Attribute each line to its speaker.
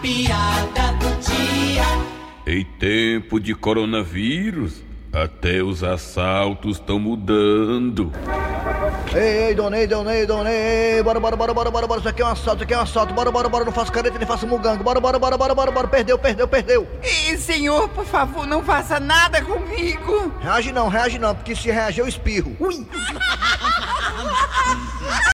Speaker 1: piada do dia.
Speaker 2: Em tempo de coronavírus, até os assaltos estão mudando.
Speaker 3: Ei, ei, donei, donei, donei. Bora, bora, bora, bora, bora, bora. Isso aqui é um assalto, isso aqui é um assalto. Bora, bora, bora. Não faço careta, nem faço mugango. Bora, bora, bora, bora, bora, bora. Perdeu, perdeu, perdeu.
Speaker 4: Ei, senhor, por favor, não faça nada comigo.
Speaker 3: Reage não, reage não, porque se reagir eu espirro. Ui.